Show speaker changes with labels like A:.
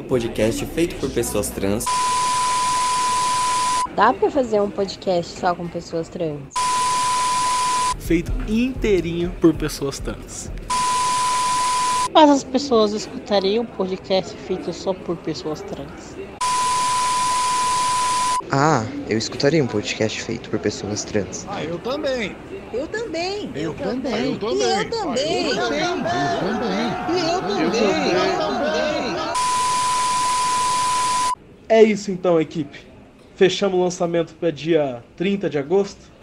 A: Um podcast feito por pessoas trans.
B: Dá pra fazer um podcast só com pessoas trans?
C: Feito inteirinho por pessoas trans.
D: Mas as pessoas escutariam um podcast feito só por pessoas trans.
E: Ah, eu escutaria um podcast feito por pessoas trans.
F: Ah, eu também.
G: Eu também.
F: Eu também.
G: Eu também. E eu também.
F: Eu também.
G: E eu também. Eu também.
H: É isso então, equipe. Fechamos o lançamento para dia 30 de agosto.